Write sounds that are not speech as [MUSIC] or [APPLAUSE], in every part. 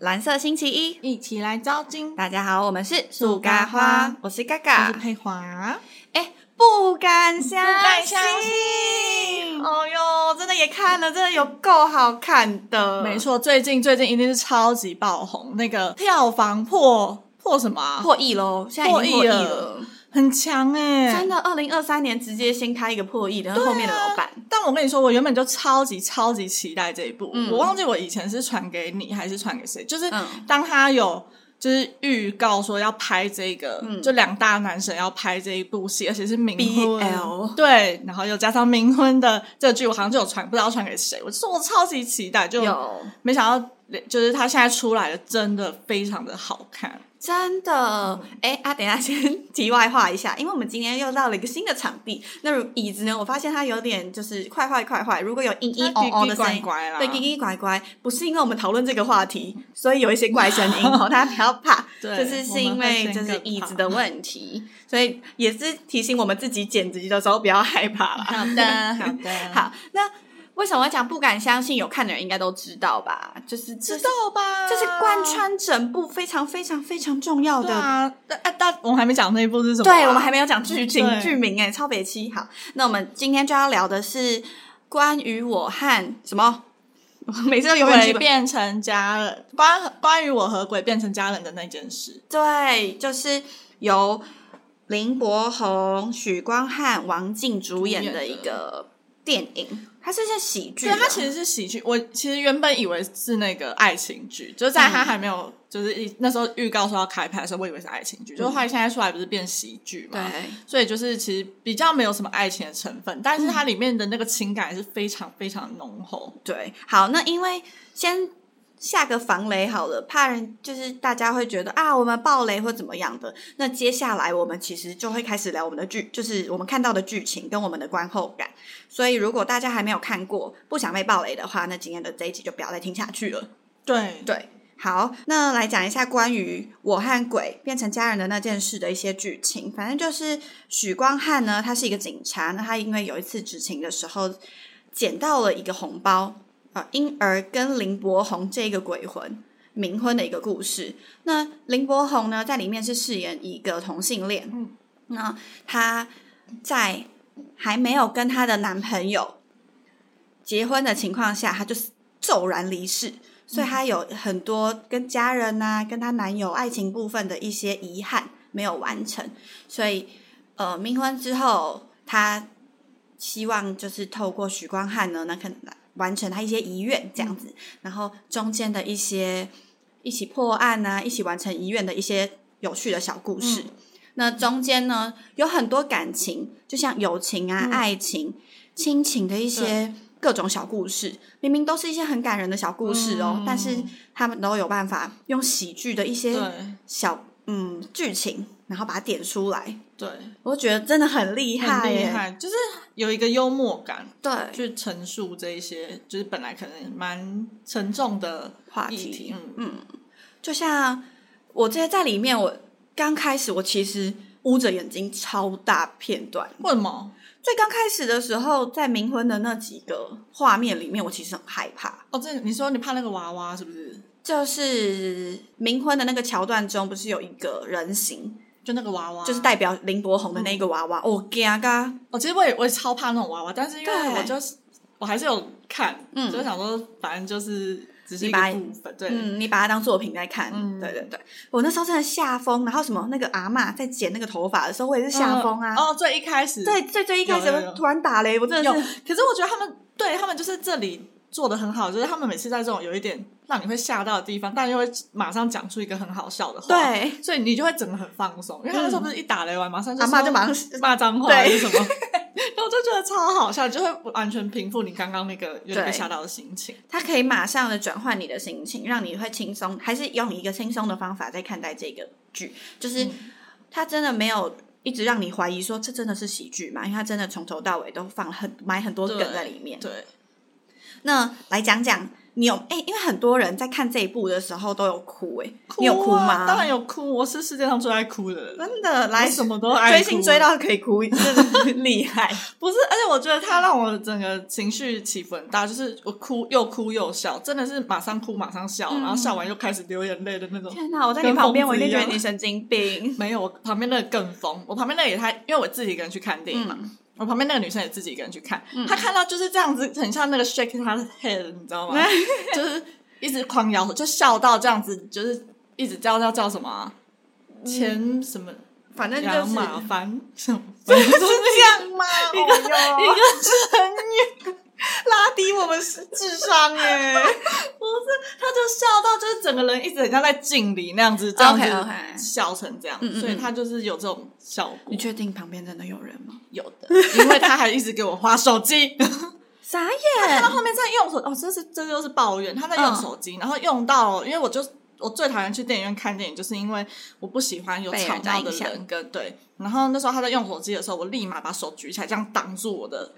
蓝色星期一，一起来招金。大家好，我们是树咖花我是嘎我嘎是，佩华，哎，不敢相不敢信相，信哦哟，真的也看了，真的有够好看的，没，错，最近最近一定是超级爆红，那个票房破破什么、啊？破亿喽，现在已经破破亿亿了了，很强哎、真的，二零二三年直接先开一个破亿的，然后后面的老板，但我跟你说，我原本就超级超级期待这一部，嗯我忘记我以前是传给你还是传给谁，就是嗯当他有。就是预告说要拍这个，嗯就两大男神要拍这一部戏，而且是冥婚 BL 对，然后又加上冥婚的这剧，我好像就有传，不知道传给谁。我就说我超级期待，就有，没想到，就是他现在出来的真的非常的好看。真的，哎、啊，等一下先题外话一下，因为我们今天又到了一个新的场地，那如椅子呢，我发现它有点就是快坏快坏，如果有嘤嘤它哦哦的叽叽声音，怪怪啦对， [LAUGHS] 叽叽怪怪，不是因为我们讨论这个话题，所以有一些怪声 [LAUGHS] 音哦，大家不要怕，对就是是因为就是椅子的问题，所以也是提醒我们自己剪辑的时候不要害怕啦。好的，好的好，那为什么会讲不敢相信？有看的人应该都知道吧，就是知知道吧？这是贯穿整部非常非常非常重要对的啊，但但但我们还没讲那一部是什么啊、哦对，我们还没有讲剧情对剧名哎，超北七。好，那我们今天就要聊的是关于我和什么？ [LAUGHS] 我每次都永远记鬼不变成家人，关关于我和鬼变成家人的那件事，对，就是由林柏宏、许光汉、王静主演的一个电影，它是是喜剧对，啊，它其实是喜剧。我其实原本以为是那个爱情剧，就是在它还没有，就是一那时候预告说要开拍的时候，我以为是爱情剧，就是后来现在出来不是变喜剧嘛？嗯对。所以就是其实比较没有什么爱情的成分，但是它里面的那个情感是非常非常浓厚。对，好，那因为先下个防雷好了，怕人就是大家会觉得啊，我们爆雷或怎么样的。那接下来我们其实就会开始聊我们的剧，就是我们看到的剧情跟我们的观后感。所以如果大家还没有看过，不想被爆雷的话，那今天的这一集就不要再听下去了。对对，好，那来讲一下关于我和鬼变成家人的那件事的一些剧情。反正就是许光汉呢，他是一个警察，那他因为有一次执勤的时候捡到了一个红包，啊、因而跟林柏宏这个鬼魂。冥婚的一个故事。那林柏宏呢，在里面是饰演一个同性恋。嗯，那他在还没有跟她的男朋友结婚的情况下，她就是骤然离世，所以她有很多跟家人呐、跟她男友爱情部分的一些遗憾没有完成，所以呃，冥婚之后，她希望就是透过许光汉呢，那可能完成她一些遗愿这样子，然后中间的一些一起破案啊，一起完成遗愿的一些有趣的小故嗯事。那中间呢，有很多感情，就像友情啊、嗯爱情、亲情的一些各种小故事，明明都是一些很感人的小故事哦，嗯但是他们都有办法用喜剧的一些对小嗯剧情，然后把它点出来，对，我觉得真的很厉害很厉耶，害，就是有一个幽默感对，去陈述这一些，就是本来可能蛮沉重的话议题题，嗯，嗯，就像我这在里面，我刚开始我其实捂着眼睛超大片段，为什么？最刚开始的时候，在冥婚的那几个画面里面，我其实很害怕。哦，这你说你怕那个娃娃是不是？就是冥婚的那个桥段中，不是有一个人形，就那个娃娃，就是代表林柏宏的那个娃嗯娃，哦我嘎嘎，我其实我也我也超怕那种娃娃，但是因为对我就是我还是有看，嗯就想说反正就是只是一你个把部分，对，嗯，你把它当作品在看，嗯对对对。我那时候真的吓疯，然后什么那个阿嬷在剪那个头发的时候，我也是吓疯啊。嗯哦，最一开始对，最最一开始有有有突然打雷，我真有，的是可是我觉得他们对他们就是这里做的很好，就是他们每次在这种有一点让你会吓到的地方，但又会马上讲出一个很好笑的话，，对。嗯所以你就会整个很放松，因为他那时候不是一打雷完，马上就阿妈嬷就马上骂脏话对还是什么。 [LAUGHS] 然后我就觉得超好笑，你就会完全平复你刚刚那个有点被对吓到的心情。它可以马上的转换你的心情，让你会轻松，还是用一个轻松的方法在看待这个剧，就是嗯它真的没有一直让你怀疑说这真的是喜剧嘛？因为它真的从头到尾都放了很埋很多梗在里面。对，那来讲讲你有哎、因为很多人在看这一部的时候都有哭哎、你有啊哭吗？当然有哭，我是世界上最爱哭的人。真的来我什么都爱追哭星追到可以哭，啊真的是厉害。不是，而且我觉得他让我整个情绪起伏很大，就是我哭又哭又笑，真的是马上哭马上笑，嗯然后笑完又开始流眼泪的那种。 [LAUGHS] 天哪！我在跟你旁边，疯我子一定一觉样得你神经病。没有，我旁边那个更疯，我旁边那个也他，因为我自己一个人去看电影嘛，嗯，我旁边那个女生也自己一个人去看，她看到就是这样子，很像那个 shake 她的 head，你知 [LAUGHS] 道吗？ [LAUGHS] 就是一直狂摇头，就笑到这样子，就是一直叫叫叫什么、啊？前什么反正就杨是马帆什么，就是这样吗？ [LAUGHS] 一个一一个个成语，拉低我们智 [LAUGHS] 商哎、她就笑到就是整个人一直很像在敬礼那样子，这样子 OK，OK 笑成这样，嗯嗯所以嗯她就是有这种效果 [LAUGHS] 你，确定旁边真的有人吗？有的，因为她还一直给我花手机。傻他眼！后面在用手哦，这是这就是抱怨，他在嗯用手机，然后用到，因为我就我最讨厌去电影院看电影，就是因为我不喜欢有被人吵家闹的影响人跟对。然后那时候他在用手机的时候，我立马把手举起来，这样挡住我的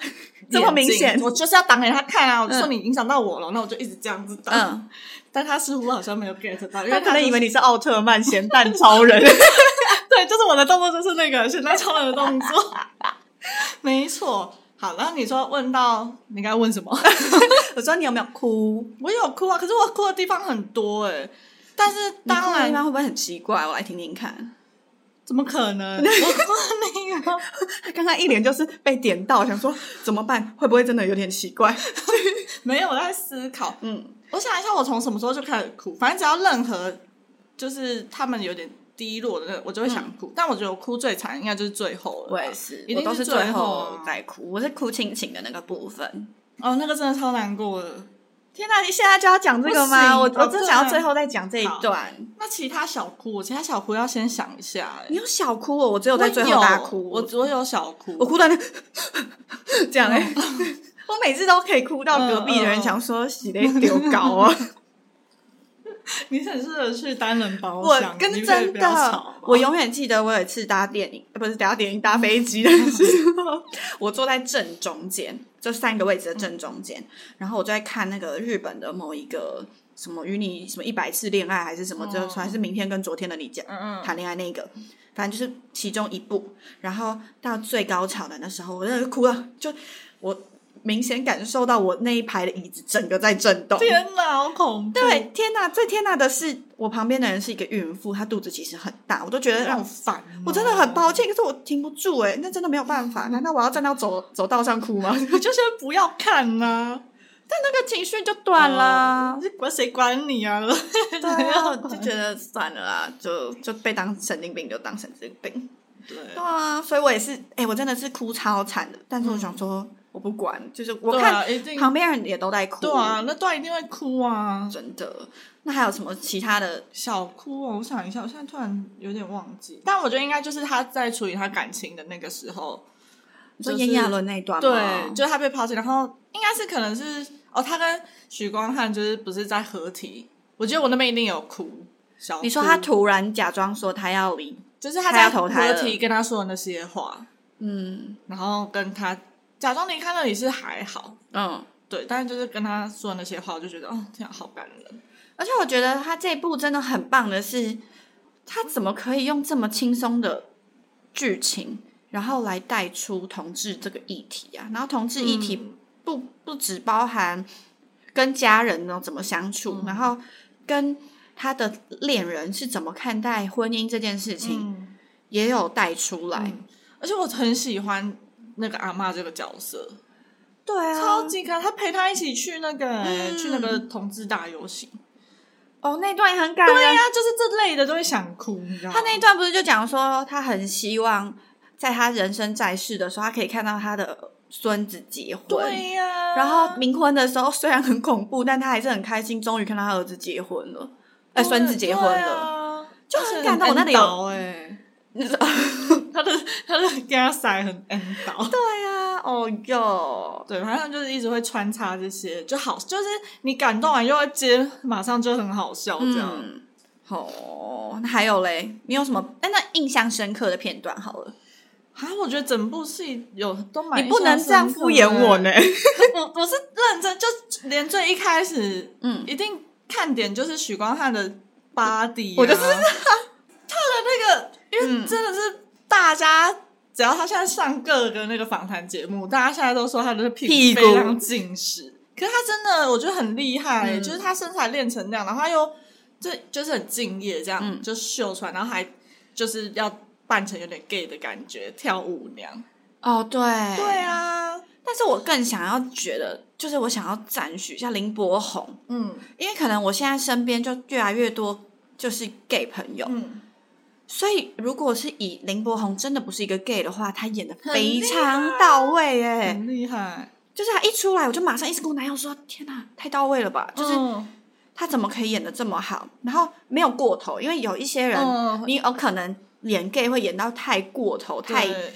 这么眼睛明显我就是要挡给他看啊！我就说嗯你影响到我了，那我就一直这样子挡。嗯，但他似乎好像没有 get 到，因为 [LAUGHS] 他可能就以为你是奥特曼咸蛋超人。 [LAUGHS] 对，就是我的动作就是那个现在超人的动作，没错。好，然后你说问到你该问什么？ [LAUGHS] 我说你有没有哭？我有哭啊，可是我哭的地方很多哎、但是当你哭的地然方会不会很奇怪？我来听听看。怎么可 [LAUGHS] 能？我哭那个，他刚刚一脸就是被点到，想说怎么办？会不会真的有点奇怪？没有我在思考。 [LAUGHS] 嗯，我想一下，我从什么时候就开始哭？反正只要任何就是他们有点低落的那个，我就会想哭。但我觉得我哭最惨应该就是最后了吧。是一定嗯我都是最最后后啊在哭，我是哭亲情的那个部分。哦，那个真的超难过的。天哪、你现在就要讲这个吗？我不行我真想哦要最后再讲这一好段。那其他小哭，我其他小哭要先想一下、欸。你有小哭哦，我只有我在最后大哭，哦我我有小哭，我哭到那这样哎、 [LAUGHS] 我每次都可以哭到隔壁哦的嗯人嗯想说洗泪丢高啊！ [LAUGHS] 你很适合去单人包我厢跟你可以真不要吵啊的吗，我永远记得我有一次搭电影，呃不是搭电影搭飞机的时候，我坐在正中间，就三个位置的正中间，然后我就在看那个日本的某一个什么与你什么一百次恋爱还是什么，就嗯还是明天跟昨天的你讲。嗯嗯谈恋爱那个，反正就是其中一部。然后到最高潮的那时候，我真的哭了，就我明显感受到我那一排的椅子整个在震动。天哪，好恐怖！对，天哪！最天哪的是，我旁边的人是一个孕妇，她肚子其实很大，我都觉得让好我。烦哦、我真的很抱歉，可是我停不住哎、那真的没有办法。难道我要站到走走道上哭吗？你就先不要看呐、那个情绪就断啦哦，管谁管你啊？ [LAUGHS] 对 [LAUGHS] 啊，就觉得算了啦，就就被当神经病就当神经病。对对啊，所以我也是，哎、我真的是哭超惨的。但是我想说，我不管，就是嗯我对看啊、一定旁边人也都在哭，对啊，那段一定会哭啊，真的。那还有什么其他的？小哭哦。我想一下，我现在突然有点忘记，但我觉得应该就是他在处理他感情的那个时候，你说就是炎亚纶那一段吗？对，就是他被抛弃，然后应该是可能是哦，他跟许光汉就是不是在合体，我觉得我那边一定有哭。小哭你说他突然假装说他要离，就是他他要在投胎了合体跟他说的那些话，嗯然后跟他假装离开那里是还好，嗯，对，但是就是跟他说的那些话，我就觉得哦，天、啊，好感人。而且我觉得他这一部真的很棒的是，他怎么可以用这么轻松的剧情，然后来带出同志这个议题啊？然后同志议题嗯不不只包含跟家人呢怎么相处，然后跟他的恋人是怎么看待婚姻这件事情，嗯，也有带出来。而且我很喜欢那个阿嬷这个角色，对啊超级可爱。他陪他一起去那个、嗯去那个同志大游行，哦，那段也很感人对。啊，就是这类的都会想哭，你知道吗？他那一段不是就讲说，他很希望在他人生在世的时候，他可以看到他的孙子结婚。对呀、然后冥婚的时候虽然很恐怖，但他还是很开心，终于看到他儿子结婚了，哎，孙子结婚对了。啊就而且很感动我那里有很倒欸 [LAUGHS] 他的他的给他塞很 N 倒。对呀、哦哟，对，反正就是一直会穿插这些，就好，就是你感动完又要接，马上就很好笑这样。嗯，哦好，那还有嘞，你有什么？哎，那印象深刻的片段好了，啊，我觉得整部戏有都蛮你不能这样敷衍我呢。我我是认真，就连最一开始，嗯，一定看点就是许光汉的 body，、啊我就是他的那个，因为嗯真的是大家。只要他现在上各个那个访谈节目，大家现在都说他的屁屁股股非常紧实。可是他真的，我觉得很厉害、嗯就是他身材练成那样，然后他又就就是很敬业，这样、嗯就秀出来，然后还就是要扮成有点 gay 的感觉，跳舞那样。哦，对，对对。啊，但是我更想要觉得，就是我想要赞许一下林柏宏，嗯因为可能我现在身边就越来越多就是 gay 朋友，嗯，所以如果是以林柏宏真的不是一个 gay 的话，他演的很厉非害常到位哎、很厉害，就是他一出来，我就马上一直跟我男友说：“天哪，太到位了吧！”就是嗯他怎么可以演的这么好，然后没有过头，因为有一些人、嗯你有可能演 gay 会演到太过头，太对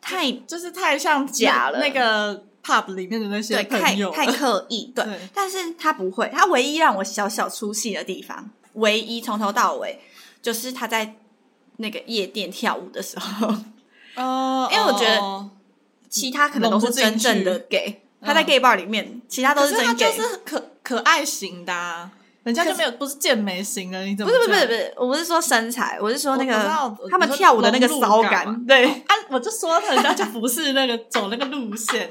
太就是太像那假了那个 pub 里面的那些对太朋友，太刻意，对，对但是他不会，他唯一让我小小出戏的地方，唯一从头到尾就是他在那个夜店跳舞的时候， [LAUGHS] 哦，因为我觉得哦其他可能都是真正的 gay，他在 gay bar 里面，其他嗯都可是是真他 gay，就是可可爱型的、啊，人家就没有不是健美型的，你怎不么是不是不这是样不是，我不是说身材，我是说那我我知道个我他们你说跳舞的那个融入骚感嘛感，对，啊？我就说了，人家就不是那个走那个路线，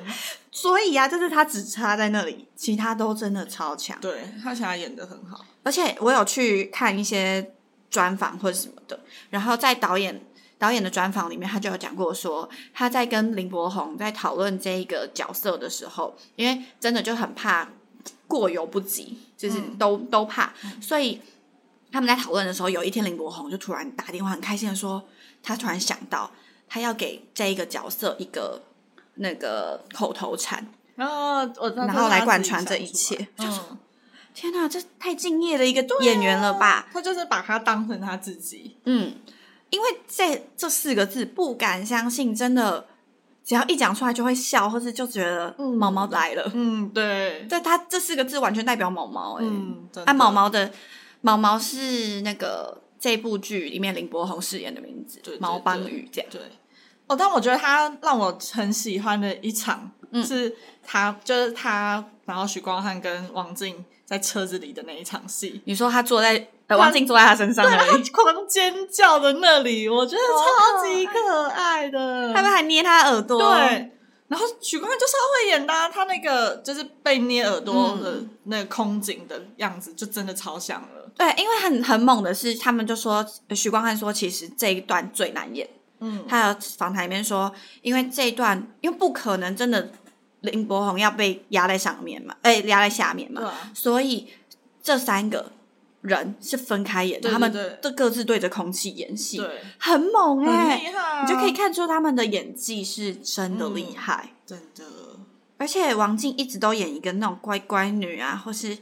[LAUGHS] 所以啊，就是他只差在那里，其他都真的超强。对他想要演的很好，而且我有去看一些专访或者什么的，然后在导演导演的专访里面，他就有讲过说，他在跟林柏宏在讨论这一个角色的时候，因为真的就很怕过犹不及，就是嗯都、都怕，所以他们在讨论的时候，有一天林柏宏就突然打电话，很开心的说，他突然想到他要给这一个角色一个那个口头禅，然后我知道然他后来自己贯穿这想一出切来我就嗯，天哪，这太敬业的一个演员了吧！他就是把他当成他自己，嗯，因为这这四个字不敢相信，真的，只要一讲出来就会笑，或是就觉得嗯毛毛来了。嗯，对，对，它这四个字完全代表毛毛、欸。嗯，真的啊，毛，毛的毛毛是那个这部剧里面林柏宏饰演的名字，对对毛邦宇这样。对，哦，但我觉得他让我很喜欢的一场、嗯是他，就是他，然后许光汉跟王静在车子里的那一场戏，你说他坐在呃他王静坐在他身上啊对，啊而 [LAUGHS] 他已，狂尖叫的那里，我觉得超级可爱的，他们还捏他耳朵。对。然后许光汉就超会演的啊、他那个就是被捏耳朵嗯的那个空警的样子，就真的超像了。对，因为很很猛的是，他们就说呃许光汉说，其实这一段最难演。嗯，他有访谈里面说，因为这一段，因为不可能真的林柏宏要被压在上面嘛，哎、压在下面对嘛，啊，所以这三个人是分开演对的，对他对们都各自对着空气演戏，对，很猛哎、很厉害啊、你就可以看出他们的演技是真的厉害。真的。而且王静一直都演一个那种乖乖女啊，或是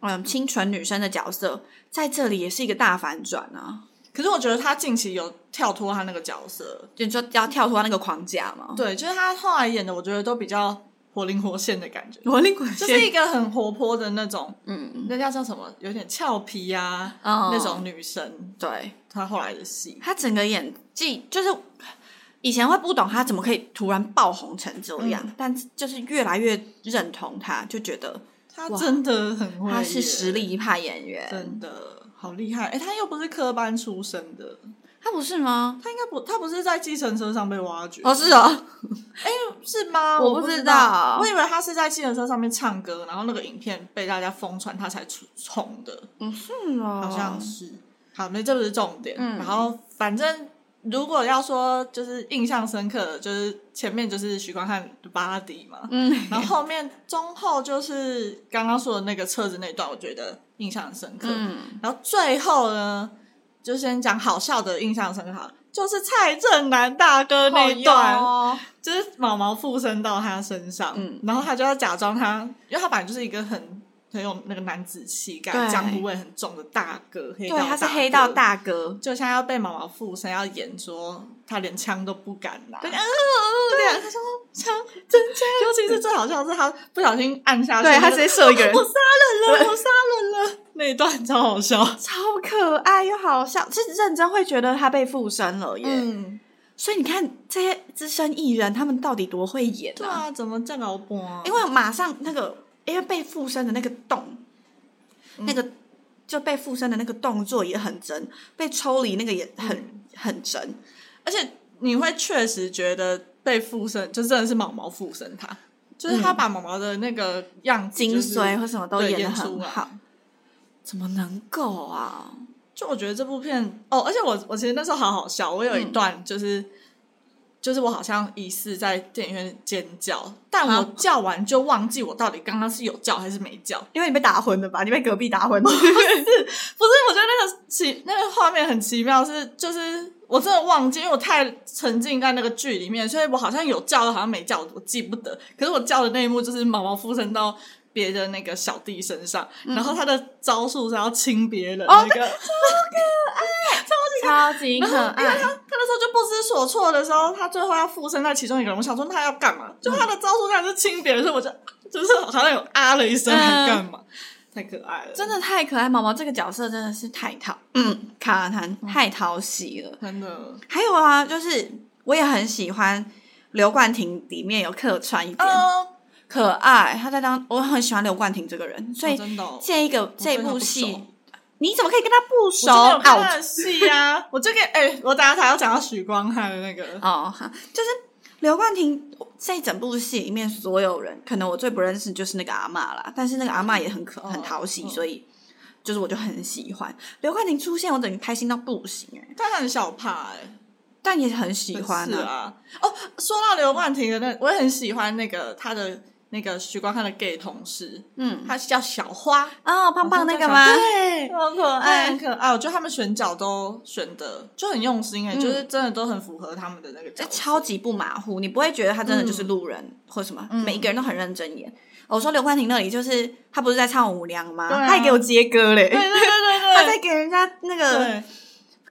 嗯清纯女生的角色，在这里也是一个大反转啊！可是我觉得他近期有跳脱他那个角色，就你说要跳脱那个框架嘛，对，就是他后来演的，我觉得都比较活灵活现的感觉，我灵魂就是一个很活泼的那种，嗯，那叫叫什么，有点俏皮啊、哦那种女生。对她后来的戏，他整个演技就是以前会不懂他怎么可以突然爆红成这样，但就是越来越认同他，就觉得她哇真的很会，他是实，力派演员。真的好厉害。哎、她又不是科班出身的，他不是吗？她应该不，她不是在计程车上被挖掘，哦，是哦，是吗？我我不知知道我以为她是在计程车上面唱歌，然后那个影片被大家疯传，她才出红的。嗯，是哦，好像是。好，那这不是重点。嗯然后反正如果要说就是印象深刻的，就是前面就是许光汉的 body 嘛，嗯，然后后面中后就是刚刚说的那个车子那一段，我觉得印象很深刻。嗯， [LAUGHS] 然后最后呢，就先讲好笑的印象深刻好了，就是蔡正南大哥那一段，哦，就是毛毛附身到他身上，嗯然后他就要假装他，因为他本来就是一个很很有那个男子气概、对江湖味很重的大哥，黑对，道他是黑道大大哥哥，，就像要被毛毛附身，要演说他连枪都不敢拿，对对啊，他说枪真枪，尤其是最好笑的是他不小心按下去，对那他个哦直接射一个人我，杀人了，我杀人了，那一段超好笑，超可爱又好笑，是认真会觉得他被附身了耶。嗯，所以你看这些资深艺人，他们到底多会演对啊，怎么这老板啊？因为马上那个，因为被附身的那个洞，那个就被附身的那个动作也很真，被抽离那个也很、很真。而且你会确实觉得被附身，就真的是毛毛附身他，就是他把毛毛的那个样子、嗯精就是髓或什么都对演啊的演出很来好，怎么能够啊？就我觉得这部片哦，而且我我其实那时候好好笑，我有一段就是、就是我好像疑似在电影院尖叫，但我啊叫完就忘记我到底刚刚是有叫还是没叫，因为你被打昏了吧？ [LAUGHS] 你被隔壁打昏不了。是，我觉得那个奇那个画面很奇妙，是就是我真的忘记，因为我太沉浸在那个剧里面，所以我好像有叫的，好像没叫，我记不得。可是我叫的那一幕就是毛毛附身到。别的那个小弟身上，然后他的招数是要亲别人那嗯哦个，超级可爱。他那时候就不知所措的时候，他最后要附身在其中一个人，我想说他要干嗯嘛？就他的招数然是亲别人，所以我就就是好像有啊了一声，嗯还干嘛？太可爱了，真的太可爱，毛毛这个角色真的是太讨，嗯，卡坦太讨喜了。真的，还有啊，就是我也很喜欢刘冠廷里面有客串一点、哦，可爱，他在当我很喜欢刘冠廷这个人，所以真的哦，这一个我对他这部不戏熟。你怎么可以跟他不熟我真的有看？out 他的戏 [LAUGHS] 啊，我这个哎，我等下才要讲到许光汉的那个，哦，好，就是刘冠廷在整部戏里面所有人，可能我最不认识就是那个阿嬷啦，但是那个阿嬷也很可哦很讨喜，嗯所以就是我就很喜欢刘冠廷出现，我整个开心到不行哎、但他很小怕哎，但也很喜欢是啊，啊。哦，说到刘冠廷的那，我也很喜欢那个他的那个许光汉的 gay 同事，嗯，他叫小花，哦，胖胖那个吗？对，好可哎，很，可爱。我觉得他们选角都选的就很用心哎、就是真的都很符合他们的那个角这色。嗯哎超级不马虎，你不会觉得他真的嗯就是路人或什么，每一个人都很认真演。我说刘冠廷那里就是他不是在唱《舞娘》吗？对啊他还给我接歌嘞，对对对他对在给人家那对个对，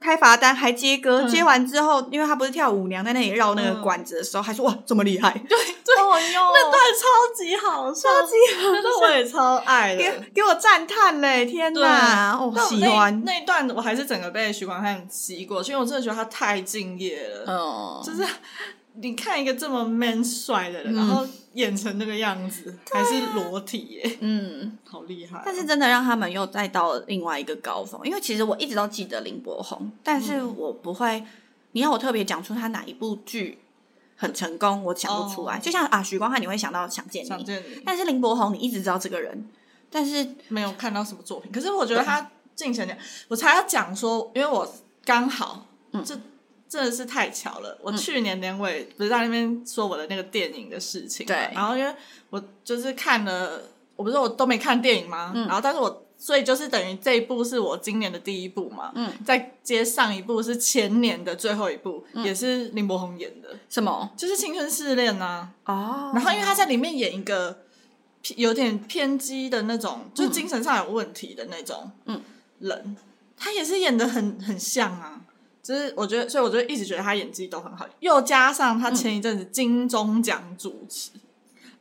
开罚单还接歌，嗯接完之后，因为他不是跳舞娘在那里绕那个管子的时候，还说哇这么厉害，对啊对，哦哟那段超级好笑，超级好那段我也超爱的。给给我赞叹嘞！天哪，哦但我喜啊那欢，那一段，我还是整个被许光汉吸过去，因为我真的觉得他太敬业了。哦，就是你看一个这么 man 帅嗯的人，然后演成那个样子，还是裸体耶，嗯，好厉害哦！但是真的让他们又再到了另外一个高峰，因为其实我一直都记得林柏宏，但是我不会，你要我特别讲出他哪一部剧很成功，我想不出来。哦就像啊，许光汉你会想到《想见你想》，见你，但是林柏宏你一直知道这个人，但是没有看到什么作品，可是我觉得他近前年，我才要讲说，因为我刚好，嗯这真的是太巧了。我去年年尾不是在那边说我的那个电影的事情嘛，对然后因为我就是看了，我不是我都没看电影嗯吗？然后但是我所以就是等于这一部是我今年的第一部嘛，嗯，再接上一部是前年的最后一部，也是林柏宏演的，什么就是《青春试炼》啊。哦，然后因为他在里面演一个偏有点偏激的那种，就是精神上有问题的那种，嗯，人，他也是演的很很像啊。就是我觉得，所以我就一直觉得他演技都很好，又加上他前一阵子金钟奖主持，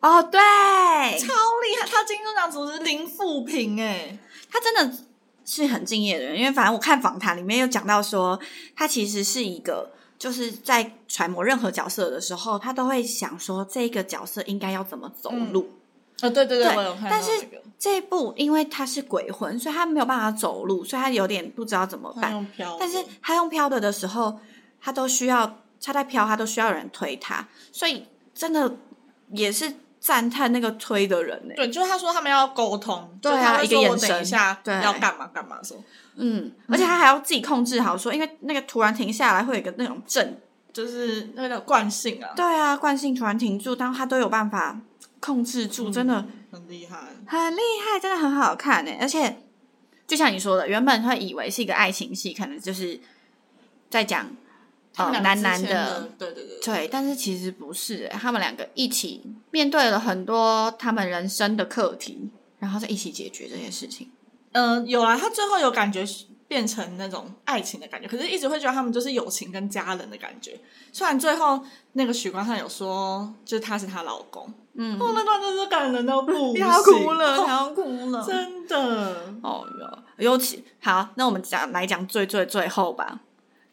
哦，对，超厉害！他金钟奖主持零负评哎，他真的是很敬业的人，因为反正我看访谈里面有讲到说，他其实是一个就是在揣摩任何角色的时候，他都会想说这个角色应该要怎么走路。啊、对对对我有看到但这是个，这一部因为他是鬼魂，所以他没有办法走路，所以他有点不知道怎么他办。用飘的，但是他用飘的的时候，他都需要他在飘，他都需要有人推他，所以真的也是赞叹那个推的人欸呢、对，就是他说他们要沟通，对啊就是他会一个说眼我等神一下对要干嘛干嘛说，嗯，而且他还要自己控制好说，因为那个突然停下来会有一个那种震就是那个惯性啊，对啊，惯性突然停住，但他都有办法控制住，真的嗯很厉害。很厉害，真的很好看欸呢。而且就像你说的，原本会以为是一个爱情戏，可能就是在讲呃们俩男之男前的的，对对对，对，但是其实不是欸，他们两个一起面对了很多他们人生的课题，然后再一起解决这些事情。嗯、有啦，他最后有感觉是变成那种爱情的感觉，可是一直会觉得他们就是友情跟家人的感觉。虽然最后那个许光汉有说，就是他是她老公，嗯，哦，那段真是感人到不你行，要哭了，你哦要哭了。真的。哦哦哟，尤其好，那我们讲来讲最最最后吧。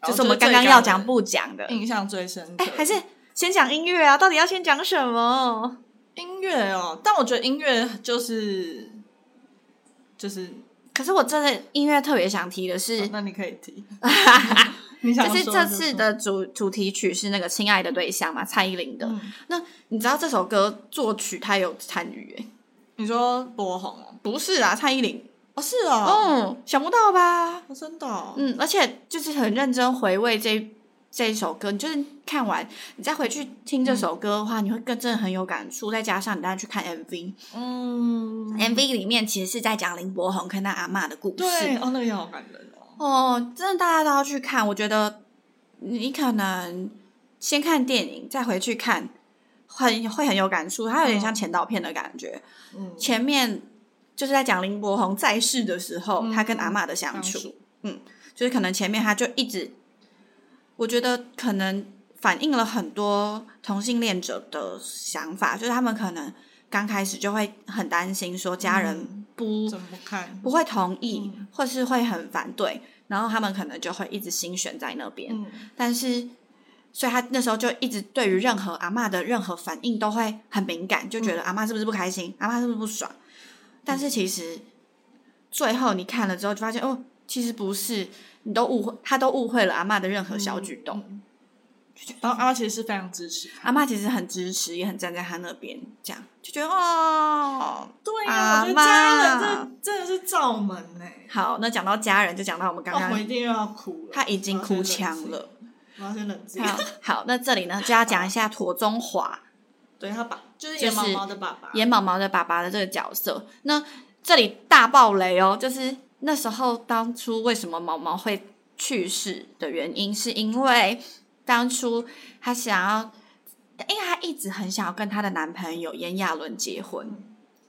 然后就是我们刚刚要讲不讲的嗯最。印象最深刻，哎，还是先讲音乐啊？到底要先讲什么？音乐哦。但我觉得音乐就是就是，哦可是我真的音乐特别想提的是，那你可以 [LAUGHS] 提，你想就是说这就次说的主主题曲是那个《亲爱的对象》嘛，蔡依林的。嗯那你知道这首歌作曲他有参与、欸？你说博红哦，不是啊，蔡依林。哦是哦，嗯，想不到吧？哦真的哦，嗯，而且就是很认真回味这这一首歌，你就是看完你再回去听嗯这首歌的话，你会更真的很有感触。再加上你再去看 MV，MV、嗯， MV 里面其实是在讲林柏宏跟他阿嬷的故事。对，哦那个也好感人哦，哦，真的大家都要去看。我觉得你可能先看电影，再回去看，很会很有感触。它有点像前导片的感觉。嗯，前面就是在讲林柏宏在世的时候，嗯他跟阿嬷的相处，相处嗯，就是可能前面他就一直，我觉得可能反映了很多同性恋者的想法，就是他们可能刚开始就会很担心说家人嗯不、怎么看？不会同意，嗯或是会很反对，然后他们可能就会一直心悬在那边。嗯但是，所以他那时候就一直对于任何阿嬷的任何反应都会很敏感，就觉嗯得阿嬷是不是不开心，阿嬷是不是不爽。但是其实最后你看了之后，就发现哦，其实不是，你都误会，他都误会了阿嬷的任何小举动。啊嗯然后阿妈其实是非常支持他，阿嬷其实很支持，也很站在他那边，这样就觉得哦。对呀呀，我我觉得觉得家家人人这真的是罩门呢。好，那讲到家人，就讲到我们刚哦，我哦刚一定又要哭了，欸他已经哭腔了。我要先冷静。我要先好冷静，好，那这里呢就要讲一下陀中华。对他爸就是就是野毛毛的爸爸，演毛毛的爸爸的这个角色。那这里大爆雷哦，就是那时候当初为什么毛毛会去世的原因，是因为当初她想要，因为她一直很想要跟她的男朋友炎亚纶结婚，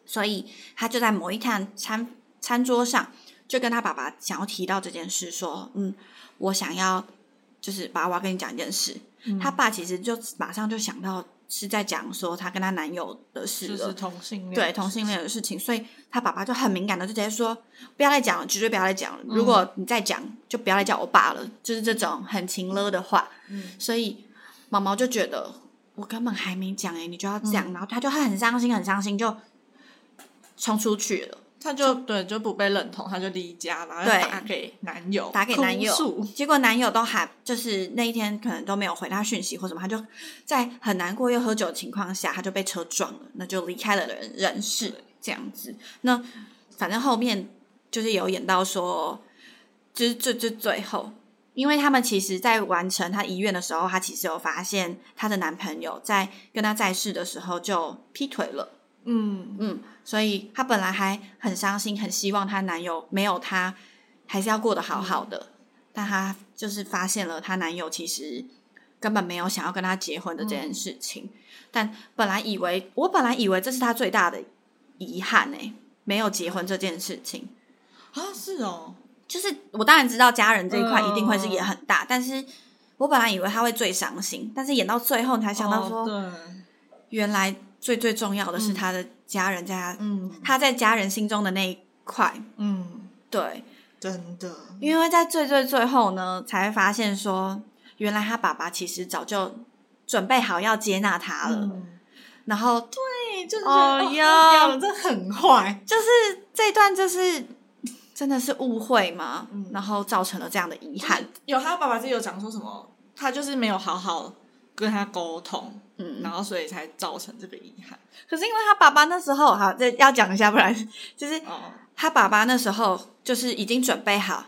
所以她就在某一趟餐餐桌上就跟她爸爸想要提到这件事，说：“嗯，我想要，就是爸，我要跟你讲一件事。”嗯她爸其实就马上就想到是在讲说她跟她男友的事就了是，同性恋，对同性恋的事情，所以他爸爸就很敏感的就直接说，不要再讲了，绝对不要再讲了。如果你再讲，就不要再叫我爸了，就是这种很情勒的话。嗯所以毛毛就觉得我根本还没讲哎、你就要这样，然后他就很伤心，很伤心，就冲出去了，他就对就不被认同，他就离家，然后对打给男友，打给男友哭诉。结果男友都还就是那一天可能都没有回他讯息或什么，他就在很难过又喝酒的情况下，他就被车撞了，那就离开了人人世这样子。那反正后面就是有演到说，就是最最最后，因为他们其实在完成她遗愿的时候，她其实有发现她的男朋友在跟她在世的时候就劈腿了。嗯，嗯，所以她本来还很伤心，很希望她男友没有她，还是要过得好好的。但她就是发现了她男友其实根本没有想要跟她结婚的这件事情。但本来以为我本来以为这是她最大的遗憾呢、没有结婚这件事情。啊是哦，就是我当然知道家人这一块嗯一定会是也很大，但是我本来以为她会最伤心，但是演到最后你才想到说，哦原来最最重要的是她的家人在她对，嗯他在家人心中的那一块。嗯，对，真的，因为在最最最后呢，才发现说，原来他爸爸其实早就准备好要接纳他了。嗯，然后对，哎就是哦觉得呀哦呀，这很坏，就是这一段，就是真的是误会嘛，嗯然后造成了这样的遗憾。有他爸爸自己有讲说什么，他就是没有好好跟他沟通，嗯然后所以才造成这个遗憾。可是因为他爸爸那时候，好，这要讲一下，不然就是哦，他爸爸那时候就是已经准备好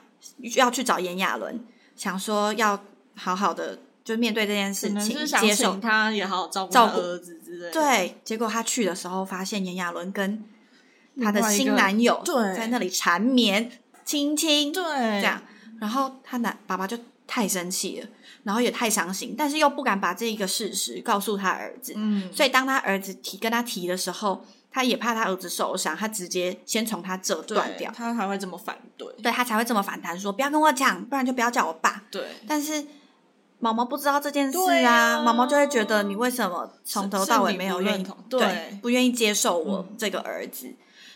要去找炎亚纶，想说要好好的就面对这件可事能情，是想接受请他也好好照顾照他顾儿子之类的。，对，结果他去的时候发现炎亚纶跟他的另外一新个男友对在那里缠绵、亲亲，对，这样。然后他男爸爸就太生气了，然后也太伤心，但是又不敢把这一个事实告诉他儿子。嗯，所以当他儿子提跟他提的时候，他也怕他儿子受伤，他直接先从他这对断掉，他才会这么反对。对他才会这么反弹说：“不要跟我讲，不然就不要叫我爸。”对，但是毛毛不知道这件事嗯对啊，啊毛毛就会觉得你为什么从头到尾没有愿意是是你不认同对对不愿意接受我嗯这个儿子，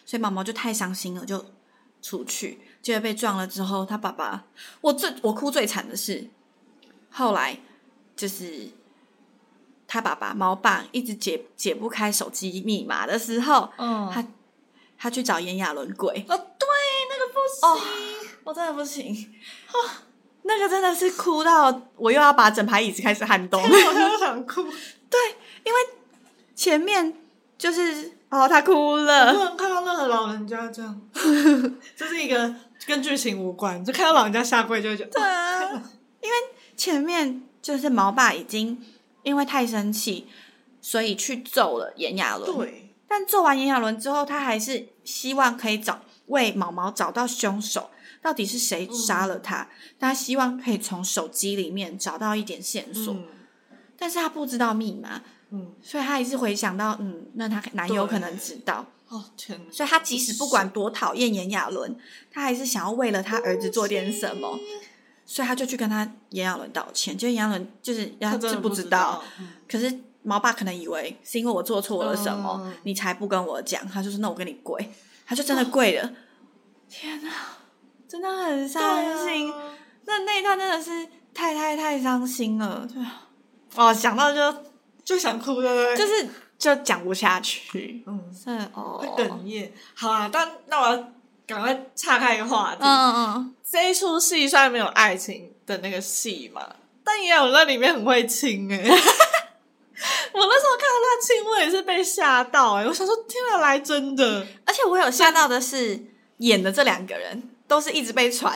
所以毛毛就太伤心了，就出去，结果被撞了之后，他爸爸，我最我哭最惨的是，后来就是他爸爸猫爸一直解解不开手机密码的时候，嗯他他去找炎亚纶鬼，哦，对，那个不行，我真的不行， [LAUGHS] 那个真的是哭到我又要把整排椅子开始撼 [LAUGHS] 动。我又想 [LAUGHS] 哭，前面就是哦，他哭了，能看到任何老人家这 [LAUGHS] 样，这是一个跟剧情无关，就看到老人家下跪就会觉得，对啊，因为前面就是毛爸已经因为太生气，所以去揍了炎亚纶。，哦对，但揍完炎亚纶之后，他还是希望可以找为毛毛找到凶手，到底是谁杀了他？他希望可以从手机里面找到一点线索，嗯但是他不知道密码，嗯，所以他还是回想到，嗯，那他男友可能知道，哦天哪，所以他即使不管多讨厌炎亚纶，他还是想要为了他儿子做点什么。所以他就去跟他炎亚纶道歉，就炎亚纶就是人他家真是的不知知道，嗯可是毛爸可能以为是因为我做错了什么，嗯哦你才不跟我讲，他就说那我跟你跪，他就真的跪了。天哪，真的很伤心，啊那那一段真的是太太太伤心了，对啊，哦想到就就想哭，对不对？就是就讲不下去，嗯，真的哦，会哽咽。好啊，但那我要赶快岔开一个话题。嗯嗯这一出戏虽然没有爱情的那个戏嘛，但也有在里面很会亲 [LAUGHS] 哎、我那时候看到他亲，我也是被吓到哎、我想说天啊，来真的！嗯，而且我有吓到的是演的这两个人都是一直被传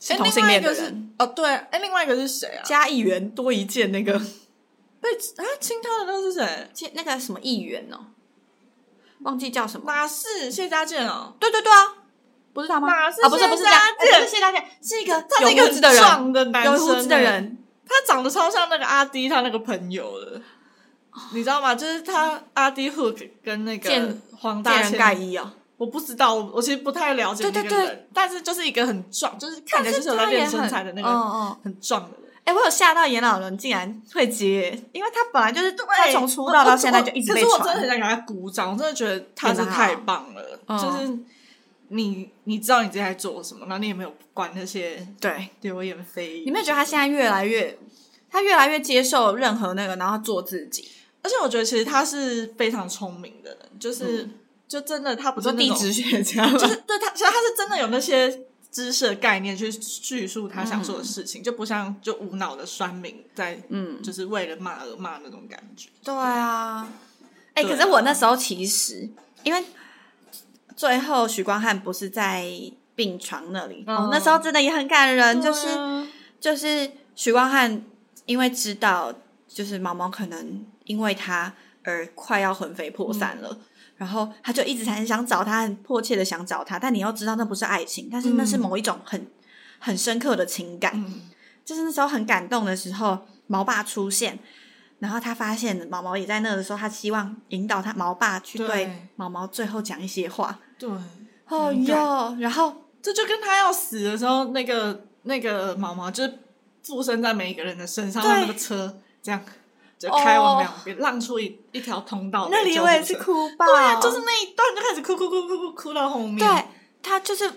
是哎同性恋的另外一个人是。哦，对，哎，另外一个是谁啊？加一元多一件那 [LAUGHS] 个被啊亲他的那个是谁？见那个什么议员哦，忘记叫什么。马氏谢家健哦，对对对啊，不是他吗？马氏啊，不是不是谢家哎不是健谢家健，是一个他是一有个胡子的很人，壮的男生、有胡子的哎人，他长得超像那个阿迪他那个朋友的，你知道吗？就是他阿迪 Hook 跟那个见黄大见千人盖伊 [LAUGHS] 哦。我不知道，我我其实不太了解那个对人，对但是就是一个很壮，就是看起来就是有在他也练很身材的那个嗯嗯，很壮的人。哎，我有吓到严老人竟然会接，因为他本来就是他哎从出道到现在就一直被可是我真的很传。想给他鼓掌，我真的觉得他是太棒了，嗯就是你你知道你自己在做什么，然后你也没有管那些对，流言蜚你语。没有觉得他现在越来越，他越来越接受任何那个，然后做自己？而且我觉得其实他是非常聪明的人，就是、就真的他不我是嗯说那地种质学家吗？就是对他，其实他是真的有那些知识的概念去叙述他想做的事情，就不像就无脑的酸民在， [LAUGHS] 嗯就是为了骂而骂那种感觉。对啊，哎、对可啊是我那时候其实因为最后许光汉不是在病床那里，哦嗯，那时候真的也很感人，就是嗯就是许光汉因为知道就是毛毛可能因为他而快要魂飞魄散了。然后他就一直很想找他，很迫切的想找他，但你要知道那不是爱情，但是那是嗯某一种很、很深刻的情感。嗯就是那时候很感动的时候，毛爸出现，然后他发现毛毛也在那的时候，他希望引导他毛爸去对对毛毛最后讲一些话。对，哦敏感哟，然后这就跟他要死的时候，那个那个毛毛就是附身在每一个人的身上，对哦让那个车这样就开往两边，让出一一条通道。那里我也是，哭爆，对啊，就是那一段就开始哭哭哭哭哭哭到后面。哦对他就是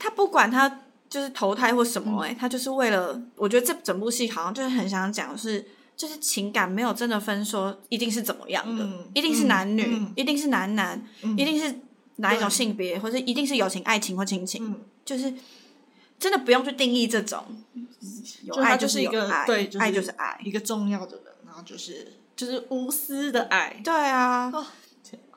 他不管他就是投胎或什么、欸，哎、他就是为了，我觉得这整部戏好像就是很想讲的是。就是情感没有真的分说，一定是怎么样的，嗯一定是男女，嗯嗯一定是男男，嗯，一定是哪一种对性别，或者一定是友情、爱情或亲情。嗯，就是真的不用去定义这种，有就爱他就是一有个爱，对就是爱就是爱，一个重要的人，然后就是就是无私的爱，对啊。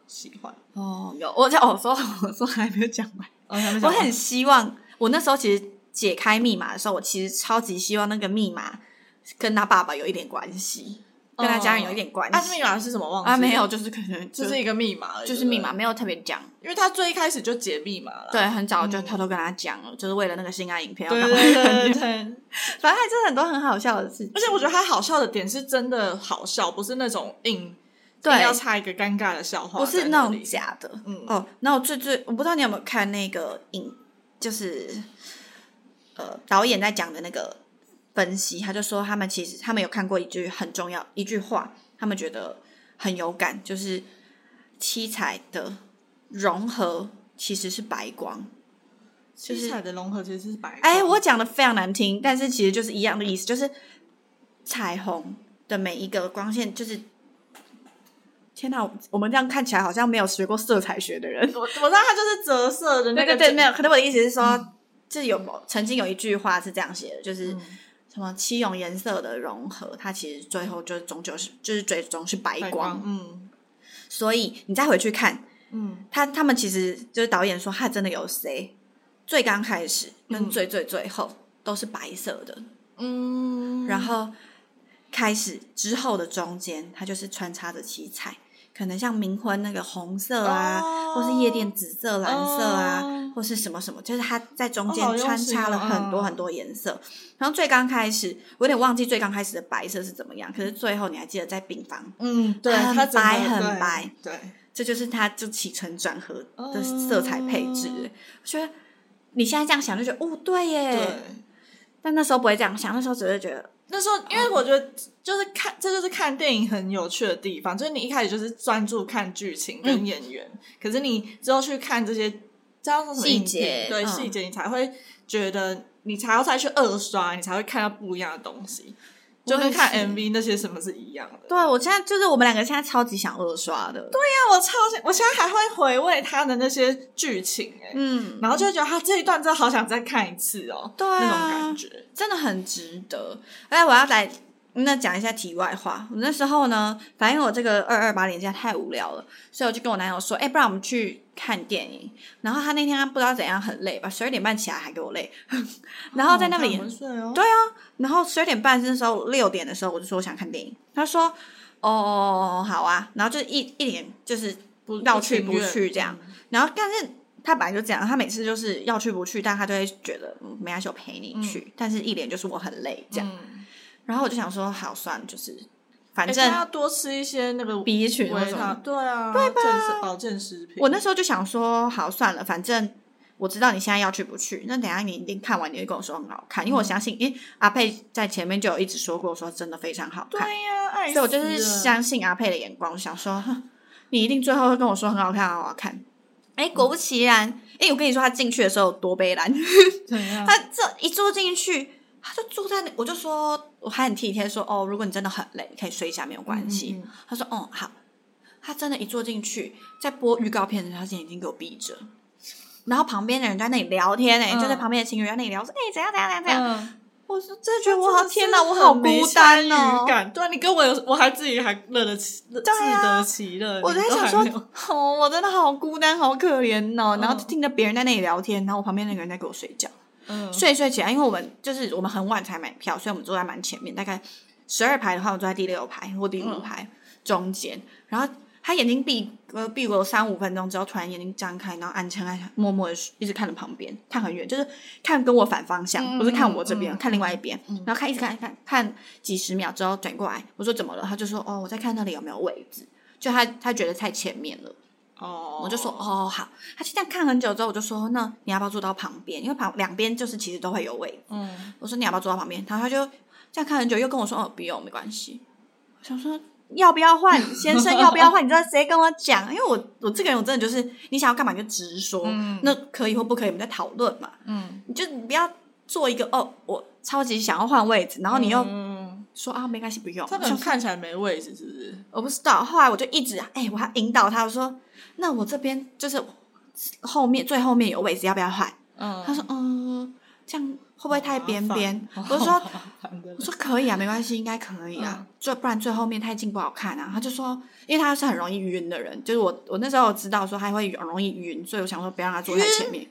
喜欢。哦，有我在我说我说还没有讲完，我我很希望我那时候其实解开密码的时候，我其实超级希望那个密码跟他爸爸有一点关系，跟他呃家人有一点关啊，系密码是什么忘记？啊，没有，，就是可能就就是一个密码而已，就是密码，对不没有特别讲，对，因为他最一开始就解密码了。对，很早就嗯偷偷跟他讲了，就是为了那个性爱影片，对要对干嘛对对对对， [LAUGHS] 反正还真的很多很好笑的事情，而且我觉得他好笑的点是真的好笑，不是那种硬对硬要插一个尴尬哦的笑话不在里，是那种假的。嗯哦，那我最最我不知道你有没有看那个影，就是呃导演在讲的那个分析，他就说他们其实他们有看过一句很重要一句话，他们觉得很有感，就是七彩的融合其实是白光。哎七彩的融合其实是白光，哎，我讲的非常难听，但是其实就是一样的意思，就是彩虹的每一个光线，就是天哪！我我们这样看起来好像没有学过色彩学的人。我我知道它就是折射的那对个对嗯对，没有。可能我的意思是说，这有某曾经有一句话是这样写的，就是嗯什么七种颜色的融合，它其实最后就是终究是就是最终是白白光。嗯所以你再回去看，嗯他他们其实就是导演说，他真的有谁最刚开始跟嗯最最最后都是白色的，嗯，然后开始之后的中间，它就是穿插着七彩，可能像冥婚那个红色啊，哦或是夜店紫色、蓝色啊，哦或是什么什么，就是它在中哦间好用穿心插哦了很嗯多很多颜色。然后最刚开始，我有点忘记最刚开始的白色是怎么样，可是最后你还记得在病房，嗯，对，很它整个白很白，对对，这就是它就起承转合的色彩配置。哦我觉得你现在这样想就觉得哦对耶，对但那时候不会这样想，那时候只是觉得那时候，因为我觉得就是看，这就是看电影很有趣的地方，就是你一开始就是专注看剧情嗯跟演员，可是你之后去看这些叫做什么细影节评对嗯细节，你才会觉得你才要再去二刷，你才会看到不一样的东西，就跟看我也是 MV 那些什么是一样的。对，我现在就是我们两个现在超级想二刷的。对，那啊我超想，我现在还会回味他的那些剧情、欸，嗯，然后就会觉得他这一段真的好想再看一次哦、对啊那种感觉。真的很值得。哎，我要来那讲一下题外话。我那时候呢，反正因为我这个二二八年假太无聊了，所以我就跟我男友说，哎、不然我们去看电影。然后他那天他不知道怎样很累吧，十二点半起来还给我累， [LAUGHS] 然后在那里哦很睡哦，对啊然后十二点半那时候六点的时候，我就说我想看电影，他说哦好啊，然后就一一脸就是不要去不情愿嗯去这样，然后但是他本来就这样，他每次就是要去不去，但他都会觉得嗯没关系，我陪你去，但是一脸就是我很累这样，嗯然后我就想说好算了，就是反反正正哎要多吃一些那个 B 群或维什他，么，对啊，对吧？保健食品，我那时候就想说好算了，反正。我知道你现在要去不去，那等一下你一定看完，你会跟我说很好看，因为我相信，因为阿佩在前面就有一直说过，说真的非常好看。对呀、爱死所以我就是了相信阿佩的眼光，想说哼你一定最后会跟我说很好看，很好看。哎、果不其然，哎、我跟你说，他进去的时候有多悲惨，怎样？他这一坐进去，他就坐在那，我就说，我还很体贴说，哦，如果你真的很累，你可以睡一下，没有关系。嗯嗯他说，哦、好。他真的，一坐进去，在播预告片的时候，他眼睛给我闭着，然后旁边的人在那里聊天、哎、嗯就在旁边的情侣在那里聊说，哎、怎样怎样怎样怎样。嗯，我说，真的觉得我好天哪，哪，我好孤单哦。感对啊，你跟我有，我还自己还乐得其，乐自啊得其乐。我在你都想还说没有， [LAUGHS] 哦，我真的好孤单，好可怜哦。然后嗯听着别人在那里聊天，然后我旁边那个人在给我睡觉，嗯，睡一睡起来，因为我们就是我们很晚才买票，所以我们坐在蛮前面，大概十二排的话，我坐在第六排或第嗯五排、中间。然后他眼睛闭呃闭了三五分钟之后，突然眼睛张开，然后暗沉暗沉，默默的一直看着旁边，看很远，就是看跟我反方向，嗯不是看我这边，嗯看另外一边，然后看一直看看看几十秒之后转过来，我说怎么了？他就说哦，我在看那里有没有位置。就他，他觉得太前面了，哦，我就说，哦好，他就这样看很久之后，我就说那你要不要坐到旁边？因为旁两边就是其实都会有位置嗯，我说你要不要坐到旁边？然后他就这样看很久，又跟我说哦不用，没关系。我想说要不要换先生要不要换？你知道谁跟我讲？因为我我这个人我真的就是你想要干嘛你就直说，嗯那可以或不可以我们再讨论嘛。嗯，你就你不要做一个哦我超级想要换位置，然后你又嗯，说、啊没关系不用。他我可想能看起来没位置，是不是？我不知道，后来我就一直哎、我还引导他我说那我这边就是后面最后面有位置要不要换？嗯，他说嗯这样会不会太边边？麻我烦就说。好麻烦的人我说可以啊，没关系，应该可以啊。最不然最后面太近不好看啊。他就说，因为他是很容易晕的人，就是我我那时候知道说他会容易晕，所以我想说不要让他坐在前面。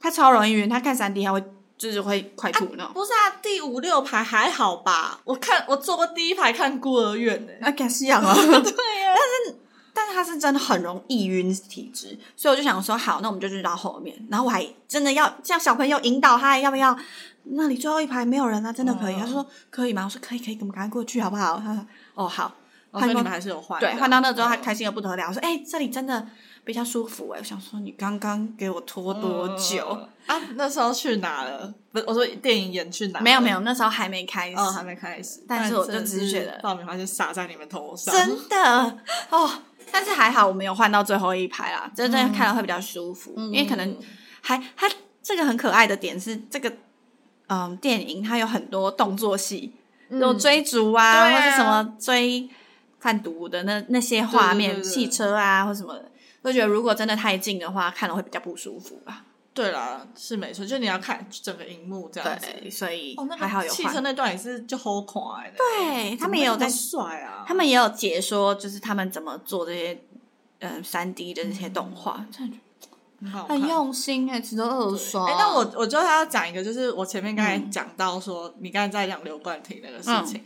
他超容易晕，他看三 D 他会就是会快吐那种。不是啊，第五六排还好吧？我看我坐过第一排看孤儿 [LAUGHS] 院呢、啊，敢是样啊！对呀、但是他是真的很容易晕体质，所以我就想说，好，那我们就去到后面。然后我还真的要叫小朋友引导他，要不要？那里最后一排没有人啊，真的可以？嗯他说可以吗？我说可以，可以，我们赶快过去好不好？他说哦，好。哦所以你们还是有换的，对，换到那之后，他嗯开心的不得了，说：“哎、这里真的比较舒服。”哎，我想说，你刚刚给我拖多久？啊？那时候去哪了？不是，我说电影演去哪？没有没，有，那时候还没开始，嗯哦，还没开始。但是我就只是觉但得真的爆米花就撒在你们头上，真的哦。但是还好，我没有换到最后一排啦，真的看了会比较舒服，嗯因为可能还它这个很可爱的点是这个，嗯，电影它有很多动作戏，有追逐啊，对啊或是什么追贩毒的那那些画面，对对对对汽车啊或什么的，我觉得如果真的太近的话，看了会比较不舒服吧。对啦，是没错，就你要看整个荧幕这样子。对，所以哦，那个还好有汽车换。那段也是就好欸可爱的。对他们也有在在帅啊，他们也有解说，就是他们怎么做这些嗯三 D 的这些动画，真的很好看很用心嗯哎、值得二刷。哎、那我我就要讲一个，就是我前面刚才讲到说，你刚才在讲刘冠廷那个事情，嗯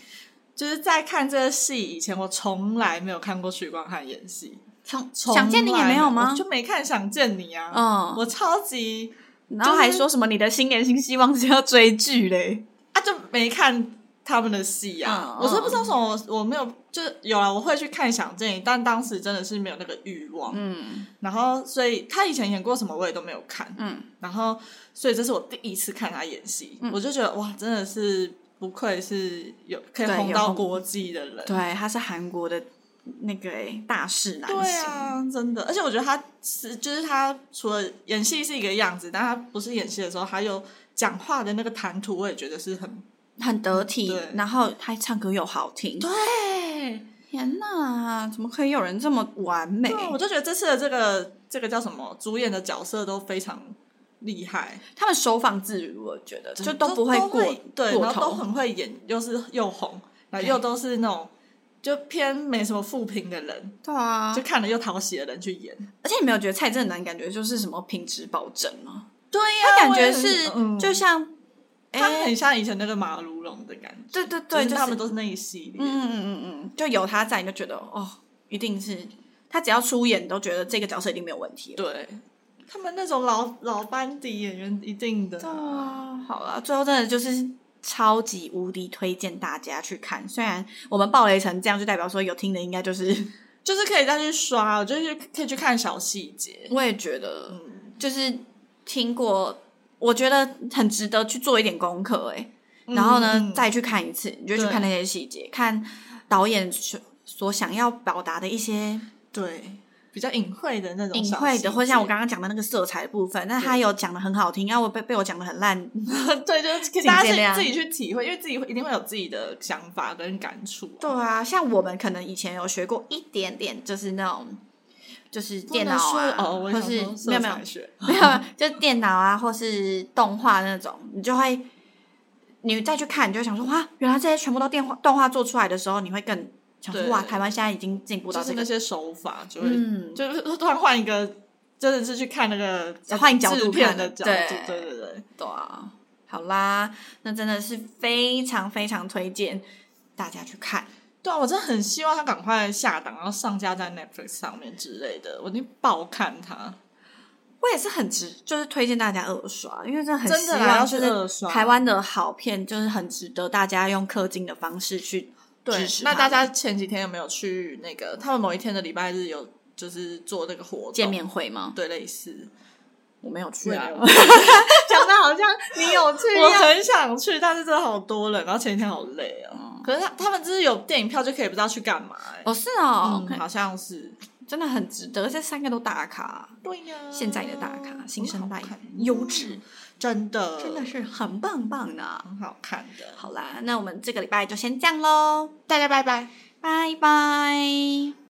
就是在看这个戏以前，我从来没有看过许光汉演戏，从从想见你也来没没有吗我？就没看《想见你》啊，嗯我超级然后还说什么你的新年新希望是要追剧嘞？啊就没看他们的戏啊，嗯我是不知道为什么我我没有，就是有啊，我会去看《想见你》，但当时真的是没有那个欲望，嗯然后所以他以前演过什么我也都没有看，嗯，然后，所以这是我第一次看他演戏，嗯我就觉得哇，真的是不愧是有可以对红有到红国际的人。对，他是韩国的那个、欸、大势男对星。啊，真的，而且我觉得他是，就是他除了演戏是一个样子，但他不是演戏的时候，还有讲话的那个谈吐，我也觉得是很很得嗯体对，然后他唱歌又好听。对。天哪，怎么可以有人这么完美？哎我就觉得这次的这个这个叫什么主演的角色都非常厉害，他们收放自如，我觉得就都不会过对，过然后都头。很会演，又是又红，然后又都是那种就偏没什么负评的人，对啊就，看了又讨喜的人去演。而且你没有觉得蔡正南感觉就是什么品质保证吗？对呀他感觉是就像像，他嗯哎，很像以前那个马如龙的感觉，对对对，就就是他们都是那一系列。嗯嗯嗯嗯嗯，就有他在，你就觉得哦，一定是他只要出演，你都觉得这个角色一定没有问题了。对，他们那种老老班底演员一定的对啊，好了，最后真的就是超级无敌推荐大家去看。虽然我们爆雷成这样，就代表说有听的应该 [LAUGHS] 就是，就是可以再去刷，就是可以去看小细节。我也觉得嗯，就是听过，我觉得很值得去做一点功课哎、然后呢，嗯再去看一次，你就去对看那些细节，看导演所所想要表达的一些对比较隐晦的那种隐小晦细的，或者像我节刚刚讲的那个色彩的部分，那他有讲的很好听，然后我被被我讲的很 [LAUGHS] 烂，对， [LAUGHS] 就是可以请大见家谅自己自己去体会，因为自己会一定会有自己的想法跟感触啊、对啊，像我们可能以前有学过一点点，就是那种就是不能电脑说啊，哦，我或想是说色没有没有彩学没有，就是电脑啊，或是动画那种，你就会你再去看，你就会想说哇，原来这些全部都电话动画做出来的时候，你会更想说对哇，台湾现在已经进步就到是这那个，些手法就会、嗯，就是突然换一个，真的是去看那个换角度制片看的了角度，对对对对，对啊，好啦，那真的是非常非常推荐大家去看。对啊，我真的很希望他赶快下档，然后上架在 Netflix 上面之类的，我一定爆看他。我也是很值，就是推荐大家二刷，因为真的很真希的啦望要去二就刷是台湾的好片，就是很值得大家用氪金的方式去支持它那们。大家前几天有没有去那个他们某一天的礼拜日有就是做那个活动见？面会吗？对，类似。我没有去啊， [LAUGHS] 讲的好像你有去一我样很想去，但是真的好多人，然后前几天好累哦。可是他他们就是有电影票就可以不知道去干嘛、欸。哦是哦嗯，看好像是。真的很值得，这三个都打卡，对呀、现在的打卡，新生代很好看优质，真的真的是很棒棒呢。很好看的。好啦，那我们这个礼拜就先这样喽，大家拜拜。拜拜。